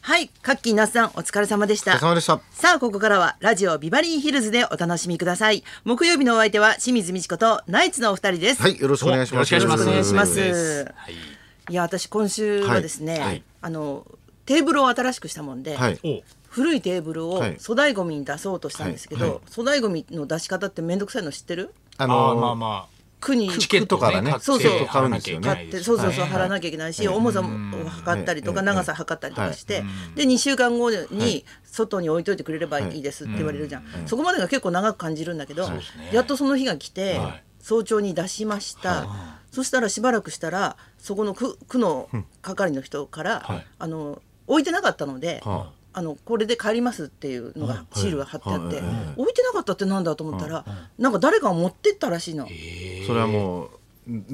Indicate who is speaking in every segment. Speaker 1: はい、カッキーなっさんお疲れ様でし
Speaker 2: お疲
Speaker 1: た
Speaker 2: れ。様でした。
Speaker 1: さあここからはラジオビバリーヒルズでお楽しみください。木曜日のお相手は清水美智子とナイツのお二人です。
Speaker 2: はい、よろしくお願いします。
Speaker 1: よろしくお願いします
Speaker 3: はい。
Speaker 1: いや私今週はですね、
Speaker 2: はいはい
Speaker 1: あのテーブルを新しくしたもんで、
Speaker 2: はい。
Speaker 3: お、
Speaker 1: 古いテーブルを
Speaker 2: はい
Speaker 1: 粗大ごみに出そうとしたんですけど、
Speaker 2: はいはい
Speaker 1: 粗大ごみの出し方って面倒くさいの知ってる
Speaker 2: あ
Speaker 3: あ
Speaker 2: の
Speaker 3: ーまあま
Speaker 1: 区に
Speaker 3: あ。チケット
Speaker 2: とか
Speaker 3: が
Speaker 2: だね
Speaker 3: ね、
Speaker 1: そうそう
Speaker 3: チケット買うんですよね
Speaker 2: 買
Speaker 1: 買ってそうそうそう貼らなきゃいけないし、重さも測ったりとか、
Speaker 2: うん
Speaker 1: 長さ測ったりとかして、で2週間後に外に置いといてくれればいいですって言われるじゃん、そこまでが結構長く感じるんだけど、
Speaker 3: ですね
Speaker 1: やっとその日が来て、
Speaker 3: はい
Speaker 1: 早朝に出しました、そしたらしばらくしたらそこの区区の係の人から、
Speaker 3: はい
Speaker 1: あの置いてなかったので。
Speaker 2: は
Speaker 1: あのこれで帰りますっていうのがシールが貼ってあって、
Speaker 2: はいはいはい
Speaker 1: 置いてなかったってなんだと思ったら、なんか誰かが持ってったらしいの。
Speaker 2: いそれはもう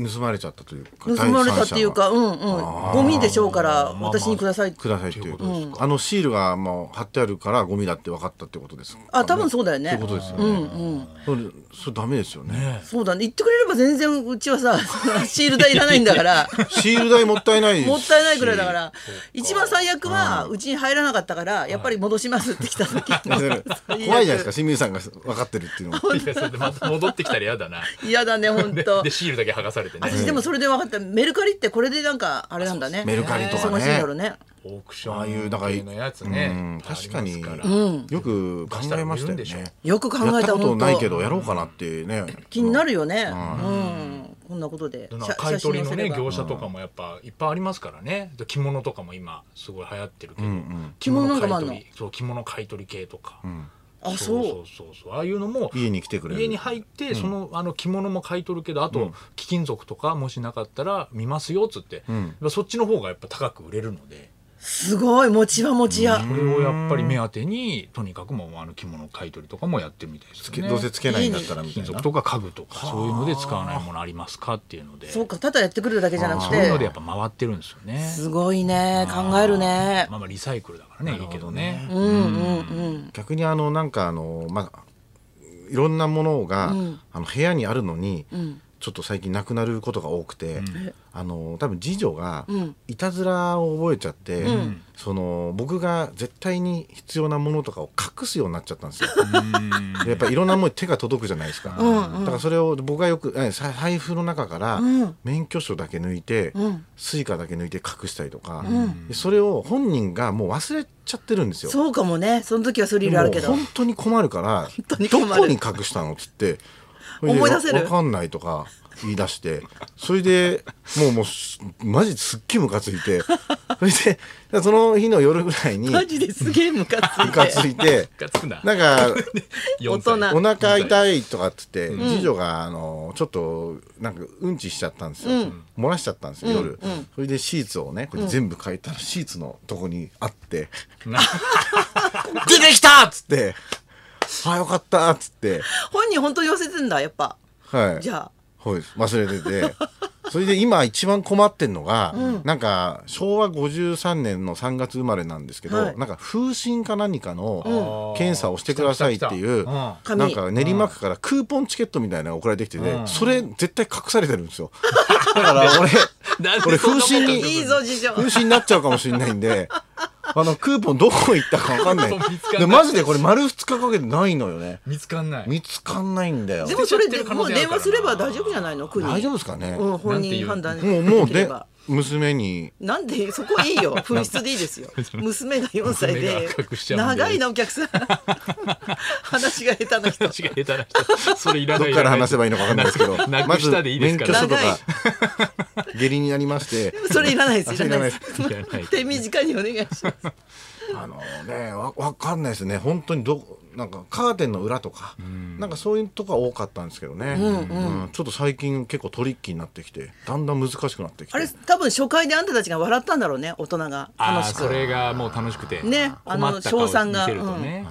Speaker 2: ん盗まれちゃったというか。
Speaker 1: 盗まれたっていうか、うんうん、ゴミでしょうから、
Speaker 3: まあ
Speaker 1: 私にくださいって
Speaker 2: 第三者が。くださいっていう
Speaker 3: ということです
Speaker 2: あのシールがもう貼ってあるからゴミだって分かったってことです。
Speaker 1: あ、多分そうだよ
Speaker 2: うい
Speaker 1: ね
Speaker 2: うこ。とですよ
Speaker 1: う
Speaker 2: ね。
Speaker 1: んうん、
Speaker 2: それそれダメですよね。
Speaker 1: そうだね。言ってくれれば全然うちはさ、 シール代いらないんだから。
Speaker 2: シール代もったいないし。
Speaker 1: もったいないくらい だから一番最悪はうちに入らなかったからやっぱり戻しますって来た時
Speaker 2: だ
Speaker 1: の
Speaker 2: から。怖いじゃないですか清水さんが分かってるっていうのは。
Speaker 3: いやそれでまた戻ってきたら嫌だな。
Speaker 1: 嫌だね本
Speaker 3: で
Speaker 1: 当
Speaker 3: でシールだけ剥がされてね。
Speaker 1: 私でもそれで分かったメルカリってこれでなんかあれなんだね
Speaker 2: メルカリとかね
Speaker 1: 忙しいんだろうね
Speaker 3: オークション
Speaker 2: ああいうだから
Speaker 3: 系のやつ
Speaker 2: う
Speaker 3: ね
Speaker 2: ん。確かに
Speaker 3: ありますら
Speaker 2: よく考えましたよ
Speaker 3: 出したら売れるん
Speaker 2: ね。
Speaker 3: で
Speaker 1: よく考
Speaker 2: やっ
Speaker 1: え
Speaker 2: た
Speaker 1: た
Speaker 2: こと
Speaker 1: 本当
Speaker 2: ないけどやろうかなってね。
Speaker 1: 気になるよねうんこんなことで
Speaker 3: なんか買い取り
Speaker 1: 写
Speaker 3: のね
Speaker 1: 真載せれば
Speaker 3: 業者とかもやっぱいっぱいありますからね。で着物とかも今すごい流行ってるけど。
Speaker 1: 着物なんかもあんの
Speaker 3: 買い取りそう着物買い取り系とか。
Speaker 1: あ
Speaker 3: そ
Speaker 1: そうう
Speaker 3: そうそうそうああいうのも
Speaker 2: 家に来てくれる。
Speaker 3: 家に入って、そのあの着物も買い取るけどあと、貴金属とかもしなかったら見ますよっつって、やっぱそっちの方がやっぱ高く売れるのです
Speaker 1: ごい餅は餅屋
Speaker 3: これをやっぱり目当てにとにかくもうあの着物買い取りとかもやってるみたいです
Speaker 2: つ
Speaker 3: よ
Speaker 2: け
Speaker 3: ね。
Speaker 2: どうせつけないんだったらみ
Speaker 3: 貴
Speaker 2: たい
Speaker 3: 金
Speaker 2: な。
Speaker 3: 属とか家具とかそういうので使わないものありますかっていうので
Speaker 1: そうかただやってくるだけじゃなく
Speaker 3: そういうので
Speaker 1: て
Speaker 3: やっぱ回ってるんですよね。
Speaker 1: すごいね考えるね
Speaker 3: まあまあリサイクルだからねいいけどね。
Speaker 1: うんうんうん
Speaker 2: 逆にあのなんかあのまあいろんなものが、あの部屋にあるのに、ちょっと最近なくなることが多くて、あの多分次女が
Speaker 1: ん
Speaker 2: いたずらを覚えちゃって、その僕が絶対に必要なものとかを隠すようになっちゃったんですよ。でやっぱいろんなものに手が届くじゃないですか。だからそれを僕がよくえさ財布の中から免許証だけ抜いて、スイカだけ抜いて隠したりとか、でそれを本人がもう忘れちゃってるんですよ。
Speaker 1: そうかもねその時はスリルあるけ
Speaker 2: も
Speaker 1: ど
Speaker 2: う本当に困るから
Speaker 1: 当に
Speaker 2: ど
Speaker 1: 困る
Speaker 2: こに隠したのっつってそれで
Speaker 1: 思い出せる
Speaker 2: わわかんないとか言い出してそれでもうもうすマジすっげえムカついてそれでその日の夜ぐらいに
Speaker 1: マ
Speaker 2: ム
Speaker 1: ジですげえムカつい
Speaker 2: カ
Speaker 1: て
Speaker 2: ついて
Speaker 3: がつくな
Speaker 2: なんか
Speaker 3: 4
Speaker 1: 大人
Speaker 3: 歳
Speaker 2: お腹痛いとかっつって、次女があのちょっとなんかうんちしちゃったんですよ、漏らしちゃったんですよ夜、それでシーツをねこれ全部変えたらシーツのとこにあって
Speaker 3: な
Speaker 2: 「 出てきた!」っつって「あよかった!」っつって
Speaker 1: 本人本当に寄せてんだやっぱ
Speaker 2: はい
Speaker 1: じゃあ
Speaker 2: はい、忘れて て。それで今一番困ってんのが、なんか昭和53年の3月生まれなんですけど、
Speaker 1: はい
Speaker 2: なんか風疹か何かの
Speaker 3: うん
Speaker 2: 検査をしてくださいっていう、
Speaker 3: 来た来た来たうん
Speaker 1: 紙
Speaker 2: なんか練馬区からクーポンチケットみたいなのが送られてきてて、
Speaker 3: うん
Speaker 2: それ絶対隠されてるん ですよ。だから俺、
Speaker 3: なんで
Speaker 2: 俺
Speaker 3: そん
Speaker 2: 風
Speaker 3: なこと
Speaker 2: 疹に
Speaker 1: いいぞ事情
Speaker 2: 風疹になっちゃうかもしれないんで、あのクーポンどこ行ったかわかんない
Speaker 3: クー ポン見つかん。ない
Speaker 2: でマジでこれ丸2日かけてないのよね。
Speaker 3: 見つかんない。
Speaker 2: 見つかんないんだよ
Speaker 1: で。もそれ
Speaker 3: 捨てち
Speaker 1: で
Speaker 3: ゃってる可
Speaker 1: も
Speaker 3: 能
Speaker 1: う
Speaker 3: 性あ
Speaker 1: 電
Speaker 3: るから
Speaker 1: 話
Speaker 3: な
Speaker 1: すれば大丈夫じゃないの国
Speaker 2: 大丈夫ですかね、
Speaker 1: うん本人判断
Speaker 2: もうも
Speaker 1: で
Speaker 2: う
Speaker 1: きれ
Speaker 2: で
Speaker 1: ば
Speaker 2: 娘に
Speaker 1: なんでそこいいよ紛失でいい ですよ娘が4歳
Speaker 3: 娘が
Speaker 1: で
Speaker 3: 隠しちゃうんで
Speaker 1: 長いなお客さん 話が下手な人
Speaker 3: 私が下手な人。それい ら
Speaker 2: ど
Speaker 3: な
Speaker 2: っ
Speaker 3: い。
Speaker 2: から話せばいいのか分かんないですけど、
Speaker 3: な
Speaker 2: ま
Speaker 3: くし
Speaker 2: ず
Speaker 3: たでいいです
Speaker 2: 免
Speaker 3: か
Speaker 2: 許
Speaker 3: ら。
Speaker 2: 証と
Speaker 1: 長い
Speaker 2: か下痢になりまして、
Speaker 1: それいらないですい
Speaker 2: それ
Speaker 1: ら
Speaker 2: いら
Speaker 1: な
Speaker 2: ないい
Speaker 1: で
Speaker 2: ですす
Speaker 3: いらない
Speaker 1: 手短にお願いします
Speaker 2: あのね、わ分かんないですね、本当にどなんかカーテンの裏とか、なんかそういうとこが多かったんですけどね、うんちょっと最近、結構トリッキーになってきて、だんだん難しくなってきて、
Speaker 1: あれ多分初回であんたたちが笑ったんだろうね大人が
Speaker 3: あ
Speaker 1: 楽
Speaker 3: あ、
Speaker 1: し
Speaker 3: そ
Speaker 1: く
Speaker 3: れがもう楽しくて。
Speaker 1: ねあの
Speaker 3: 困った顔を
Speaker 1: 賞賛が
Speaker 3: 見せるとね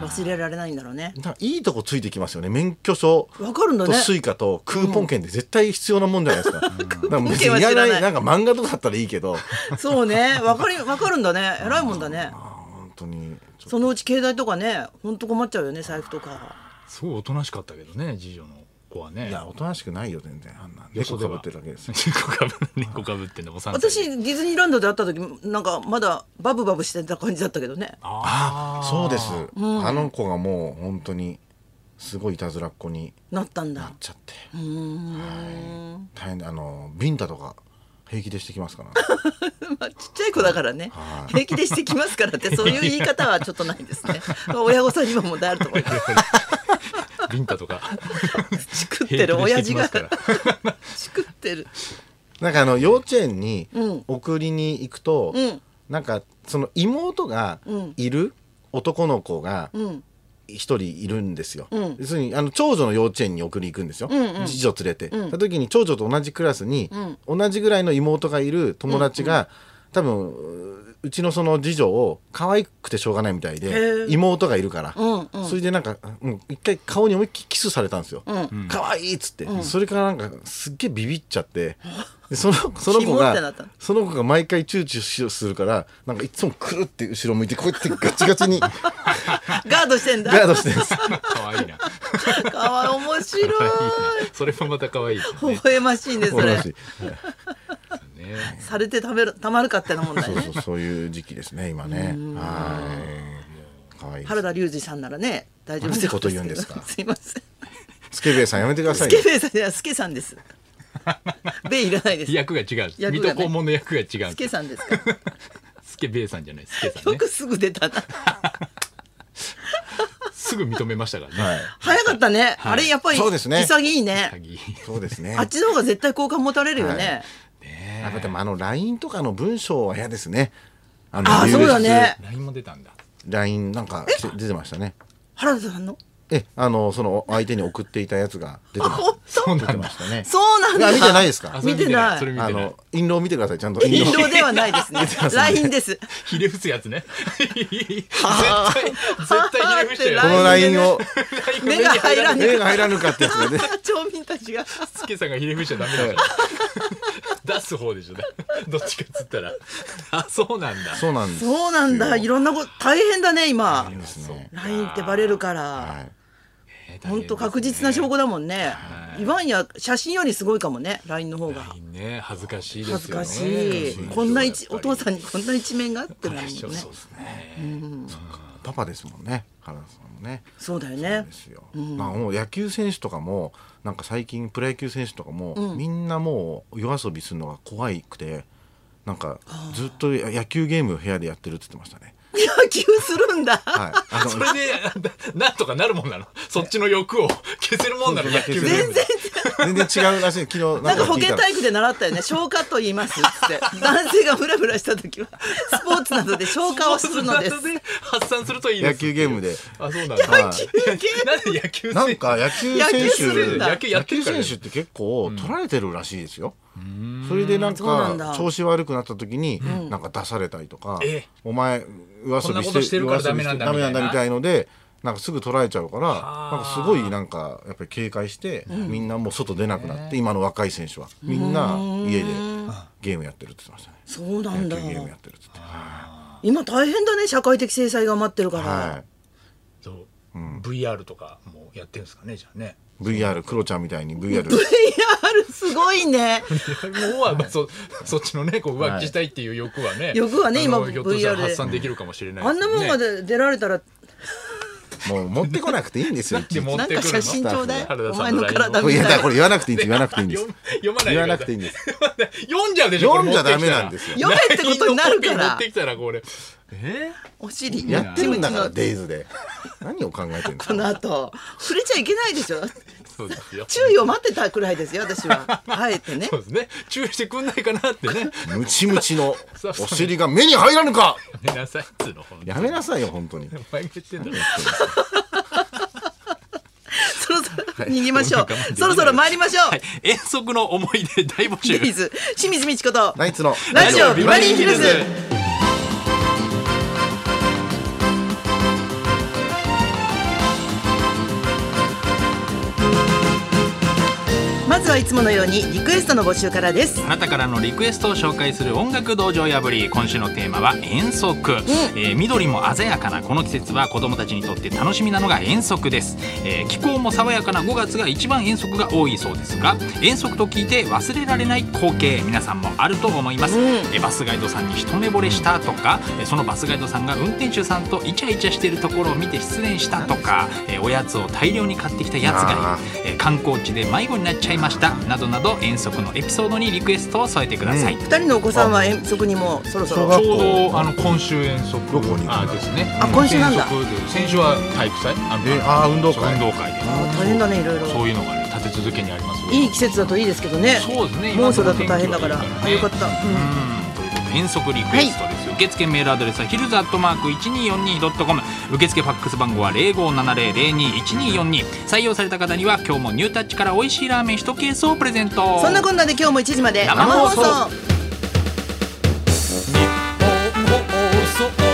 Speaker 1: 忘れられないんだろうね
Speaker 2: なんかいいとこついてきますよね、免許証
Speaker 1: わかるんだ
Speaker 2: と
Speaker 1: ね
Speaker 2: スイカとクーポン券で絶対必要なもんじゃ ないですか、だから別
Speaker 1: クーポ
Speaker 2: にい
Speaker 1: ン券は
Speaker 2: ら
Speaker 1: 知ら
Speaker 2: な
Speaker 1: ない
Speaker 2: い、なんか漫画とかだったらいいけど、
Speaker 1: そうねわかりわかるんだね偉いもんだね
Speaker 2: 本当にちょっと
Speaker 1: そのうち携帯とかねほんと困っちゃうよね財布とか
Speaker 3: すごいおとなしかったけどね、次女の。子はね
Speaker 2: いやおとなしくないよ全然あんな猫かぶってるだけですよ
Speaker 3: 猫かぶ猫かぶってんのお三歳
Speaker 1: 私ディズニーランドで会った時なんかまだバブバブしてた感じだったけどね
Speaker 2: あそうです、
Speaker 1: ん
Speaker 2: あの子がもう本当にすごいいたずらっ子に
Speaker 1: なったん
Speaker 2: なっ
Speaker 1: だ
Speaker 2: ちゃって
Speaker 1: うーん
Speaker 2: 大変であのビンタとか平気でしてきますから、
Speaker 1: まあちっちゃい子だからね
Speaker 2: は
Speaker 1: 平気でしてきますからってそういう言い方はちょっとないですねまあ親御さんにも問題あると思います
Speaker 3: ビンタとか
Speaker 1: しくってる親父が
Speaker 3: 平気で してき
Speaker 1: しくってる
Speaker 2: い、なんかあの幼稚園に
Speaker 1: うん
Speaker 2: 送りに行くと、
Speaker 1: うん
Speaker 2: なんかその妹がいる男の子が
Speaker 1: うん
Speaker 2: 一人いるんですよ、
Speaker 1: うん
Speaker 2: 要するにあの長女の幼稚園に送り行くんですよ、
Speaker 1: うんうん
Speaker 2: 次女連れて、
Speaker 1: うん
Speaker 2: た時に長女と同じクラスに、同じぐらいの妹がいる友達が、多分うちのその次女を可愛くてしょうがないみたいで
Speaker 1: へえ
Speaker 2: 妹がいるから、
Speaker 1: うんうん
Speaker 2: それでなんかもう一回顔に思いっきりキスされたんですよ、
Speaker 1: うん
Speaker 2: 可愛いっつって、それからなんかすっげえビビっちゃってでそのその
Speaker 1: キ
Speaker 2: 子
Speaker 1: モってな
Speaker 2: が
Speaker 1: ったの
Speaker 2: その子が毎回チューチューしするからなんかいつもくるって後ろ向いてこうやってガチガチにガ
Speaker 1: ガードしてんだ
Speaker 2: ードしてるんです
Speaker 3: ますから可愛いな
Speaker 1: かわい面
Speaker 3: 可愛い
Speaker 1: 白い
Speaker 3: なそれもまた可愛いです
Speaker 1: 微
Speaker 3: ね
Speaker 1: 笑ましいねそれ
Speaker 2: 恐ろしい
Speaker 3: ね
Speaker 1: されてためるたまるかっての問題
Speaker 2: そう
Speaker 1: ね
Speaker 2: そうそういう時期ですね今ねはい可愛い
Speaker 1: 原田龍二さんならね大丈夫
Speaker 2: なんてこと
Speaker 1: けど
Speaker 2: 言うんですか
Speaker 1: すいません
Speaker 2: スケベさんやめてくださ
Speaker 1: ス
Speaker 2: いよ
Speaker 1: ケベイさんじゃないスケさんですベイいらないです
Speaker 3: 役が違う
Speaker 1: がね
Speaker 3: 水戸黄門の役が違う
Speaker 1: スケさんですか
Speaker 3: スケベイさんじゃないスケさん
Speaker 1: よ
Speaker 3: ね
Speaker 1: くすぐ出たな
Speaker 3: すぐ認めましたから ね
Speaker 2: はい
Speaker 1: 早かったね
Speaker 3: はい
Speaker 1: あれやっぱり
Speaker 2: そうですね
Speaker 1: 潔いね
Speaker 3: 鍵
Speaker 2: そうですね
Speaker 1: あっちの方が絶対好感持たれるよね
Speaker 3: ね
Speaker 2: あでもあの LINE とかの文章は嫌ですねあ
Speaker 1: あーそうだね
Speaker 3: LINE も出たんだ
Speaker 2: LINE なんか来て出てましたね
Speaker 1: 原田さんの
Speaker 2: えあのその相手に送っていたやつが出てま
Speaker 1: 本
Speaker 3: そう
Speaker 2: 出
Speaker 3: な
Speaker 2: て
Speaker 3: ん
Speaker 2: ま
Speaker 3: だ
Speaker 2: し たね
Speaker 1: そうなん
Speaker 2: い
Speaker 1: だ
Speaker 2: や見てないです
Speaker 3: あ
Speaker 2: か
Speaker 3: それ見て
Speaker 1: 見てない
Speaker 3: それ見
Speaker 2: あ
Speaker 3: てない
Speaker 2: の印籠見てくださいちゃんと
Speaker 1: 印
Speaker 2: 印籠
Speaker 1: 籠ではないですね LINE です
Speaker 3: ひれ伏すやつね 絶対絶対ひれ伏してる
Speaker 1: はあ
Speaker 2: こ
Speaker 1: ーって
Speaker 2: の LINE を
Speaker 1: 目が入らない
Speaker 2: 目が入らぬかってやつがね
Speaker 1: 町民たちが
Speaker 3: スケさんがひれ伏しちゃダメだから出す方でしょどっちかっつったらあそうなんだ
Speaker 2: そうなんですよ
Speaker 1: そうなんだいろんなこと大変だね今
Speaker 2: ですね
Speaker 1: ラインってバレるから、
Speaker 2: はい
Speaker 1: 本当確実な証拠だもんね。言わんや写真よりすごいかもね、ラインの方が
Speaker 3: LINE ね恥ずかしいですよね
Speaker 1: 恥ずかしい。こんな一お父
Speaker 3: ん
Speaker 1: さんにこんな一面があってもいい
Speaker 3: そ
Speaker 1: も
Speaker 3: うん
Speaker 1: ね。
Speaker 3: ですね
Speaker 2: パパですもんね原田さんもね
Speaker 1: そうだよね
Speaker 2: で。すよ、まあもう野球選手とかもなんか最近プロ野球選手とかも、みんなもう夜遊びするのが怖いくてなんかずっと野球ゲームを部屋でやってるって言ってましたね。
Speaker 1: 野球するんだ。
Speaker 2: はい、あの
Speaker 3: それでななんとかなるもんなのそっちの欲を消せるもんなの野球
Speaker 2: 全
Speaker 3: 部で
Speaker 2: 然全然違うらしい昨日
Speaker 1: な
Speaker 2: なんん
Speaker 1: か
Speaker 2: か
Speaker 1: 保
Speaker 2: 聞い
Speaker 1: 健
Speaker 2: たら
Speaker 1: 体育で習ったよね。消化と言いますっつって。男性がフラフラした時はスポーツなどで消化をするのです。
Speaker 3: スポーツなど発散するといいです
Speaker 2: 野球ゲームで
Speaker 3: あそうなんだ
Speaker 2: はい
Speaker 3: なんで野球選手
Speaker 2: なんか野球
Speaker 1: 野球す
Speaker 2: 選
Speaker 1: る
Speaker 2: 手
Speaker 1: んだ
Speaker 3: 野球やってるからね
Speaker 2: 野球選手って結構取られてるらしいですよ。それでなん
Speaker 1: そうなんだ
Speaker 2: か調子悪くなった時になんか出されたりとか
Speaker 3: ええ
Speaker 2: 「お前夜
Speaker 3: こん
Speaker 2: 遊
Speaker 3: な
Speaker 2: び
Speaker 3: こ
Speaker 2: し
Speaker 3: と
Speaker 2: て
Speaker 3: してるからダメなんだ
Speaker 2: 夜遊びしてダ
Speaker 3: みたいな
Speaker 2: メみたいのでなんかすぐ取られちゃうから
Speaker 3: はあ
Speaker 2: なんかすごいなんかやっぱり警戒してみんなもう外出なくなって今の若い選手はみんな家でゲームやってるって言ってまし
Speaker 1: そうな
Speaker 2: たね。
Speaker 1: ん
Speaker 2: 野
Speaker 1: だ
Speaker 2: 球。ゲームやってるって言っては
Speaker 1: 今大変だね。社会的制裁が待ってるか
Speaker 2: いは
Speaker 1: ら。
Speaker 2: い
Speaker 3: そう VR とかもやってるんですかねじゃあね
Speaker 2: VR クロちゃんみたいに VR
Speaker 1: VR すごい ね。
Speaker 3: もうはまあそそっちのねこう浮気したいっていう欲はね
Speaker 1: 欲はね
Speaker 3: あの
Speaker 1: 今
Speaker 3: ひょっとしたら
Speaker 1: VR で
Speaker 3: 発散できるかもしれない
Speaker 1: あんなもんま
Speaker 3: で
Speaker 1: で出られたら
Speaker 2: もう持ってこなくていいんですよ。いちいち
Speaker 3: 持っ
Speaker 1: なん
Speaker 3: て
Speaker 1: か
Speaker 3: く
Speaker 1: 写
Speaker 3: る
Speaker 1: 真ちょうだい
Speaker 3: 原。田
Speaker 1: お
Speaker 3: さ
Speaker 1: 前
Speaker 3: んの
Speaker 1: の
Speaker 3: LINE
Speaker 1: 体
Speaker 2: こ
Speaker 1: みたい
Speaker 2: れ言え
Speaker 1: な
Speaker 2: た。これ言わなくていいんです言わなくていいんです
Speaker 3: 読。読まない
Speaker 2: 言わなくていいんです
Speaker 3: す読んじゃうでしょ
Speaker 2: 読んじゃダメなんですよ
Speaker 3: これ
Speaker 1: 読めっ
Speaker 3: 持きたら
Speaker 1: てことになるから
Speaker 3: LINE のコピー持ってきたらこれえ
Speaker 1: お尻
Speaker 2: やってるんだから
Speaker 1: ムチムチの
Speaker 2: デイズで何を考えてるんです
Speaker 1: こ
Speaker 2: か
Speaker 1: の後触れちゃいけないでしょ
Speaker 3: ーそうですよ
Speaker 1: 注意を待ってたくらいですよ私はあえてね
Speaker 3: そうですね注意してくんないかなってね
Speaker 2: ムチムチのお尻が目に入らぬか
Speaker 3: やめなさいっつうの
Speaker 2: やめなさいよ本当に
Speaker 3: お前が言ってんだろ
Speaker 1: そろそろ逃げましょう
Speaker 3: 我慢できない
Speaker 1: そろそろ参りましょう、
Speaker 3: はい遠足の思い出大募集
Speaker 1: デイズ清水美智子と
Speaker 2: ナイツの
Speaker 1: ラジオビバリーヒルズまずははいつものようにリクエストの募集からです
Speaker 3: あなたからのリクエストを紹介する音楽道場破り今週のテーマは遠足、えー緑も鮮やかなこの季節は子供たちにとって楽しみなのが遠足です、えー気候も爽やかな5月が一番遠足が多いそうですが遠足と聞いて忘れられない光景皆さんもあると思います、
Speaker 1: うん
Speaker 3: えーバスガイドさんに一目惚れしたとかえーそのバスガイドさんが運転手さんとイチャイチャしてるところを見て失恋したとかえーおやつを大量に買ってきたやつが
Speaker 2: あ
Speaker 3: いるえー観光地で迷子になっちゃいましたなどなど遠足のエピソードにリクエストを添えてください、
Speaker 1: 二人のお子さんは遠足にもそろそ
Speaker 2: 小
Speaker 1: ろ
Speaker 2: 学
Speaker 4: ちょう
Speaker 2: 校
Speaker 4: どあの今週遠足
Speaker 2: どこに行くんだ
Speaker 4: あですね。
Speaker 1: あ今週なんだ
Speaker 4: 遠足で先週は体育祭。あの
Speaker 2: えあー運動会
Speaker 4: そう運動会で。
Speaker 1: あー大変だねいろいろ
Speaker 4: そういうのがね立て続けにあります。
Speaker 1: いい季節だといいですけどね
Speaker 4: そうですね。
Speaker 1: 猛暑だと大変だから
Speaker 4: 今の天気はいい
Speaker 1: よか
Speaker 4: ね
Speaker 1: った、うん
Speaker 3: うんということで遠足リクエストですよ、受付メールアドレスはヒルズアットマーク 1242.com 受付ファックス番号は0570021242採用された方には今日もニュータッチから美味しいラーメン1ケースをプレゼント
Speaker 1: そんなこんなで今日も1時まで
Speaker 3: 生放送
Speaker 1: 生放送
Speaker 3: 日本放送